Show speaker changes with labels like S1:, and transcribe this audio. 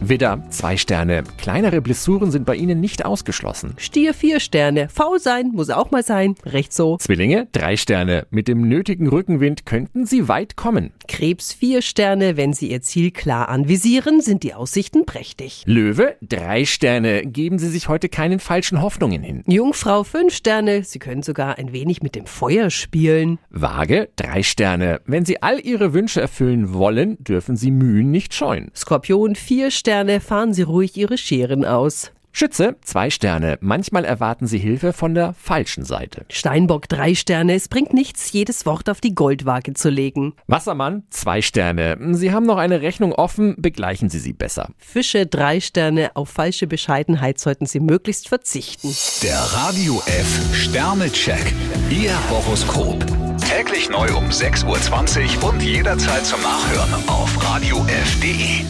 S1: Widder, zwei Sterne. Kleinere Blessuren sind bei Ihnen nicht ausgeschlossen.
S2: Stier vier Sterne. Faul sein, muss auch mal sein. Recht so.
S1: Zwillinge, drei Sterne. Mit dem nötigen Rückenwind könnten Sie weit kommen.
S2: Krebs vier Sterne. Wenn Sie Ihr Ziel klar anvisieren, sind die Aussichten prächtig.
S1: Löwe, drei Sterne. Geben Sie sich heute keinen falschen Hoffnungen hin.
S2: Jungfrau fünf Sterne. Sie können sogar ein wenig mit dem Feuer spielen.
S1: Waage, drei Sterne. Wenn Sie all Ihre Wünsche erfüllen wollen, dürfen Sie Mühen nicht scheuen.
S2: Skorpion vier Sterne. Fahren Sie ruhig Ihre Scheren aus.
S1: Schütze, zwei Sterne. Manchmal erwarten Sie Hilfe von der falschen Seite.
S2: Steinbock drei Sterne. Es bringt nichts, jedes Wort auf die Goldwaage zu legen.
S1: Wassermann, zwei Sterne. Sie haben noch eine Rechnung offen, begleichen Sie sie besser.
S2: Fische drei Sterne. Auf falsche Bescheidenheit sollten Sie möglichst verzichten.
S3: Der Radio F Sternecheck. Ihr Horoskop. Täglich neu um 6.20 Uhr und jederzeit zum Nachhören auf Radio radiof.de.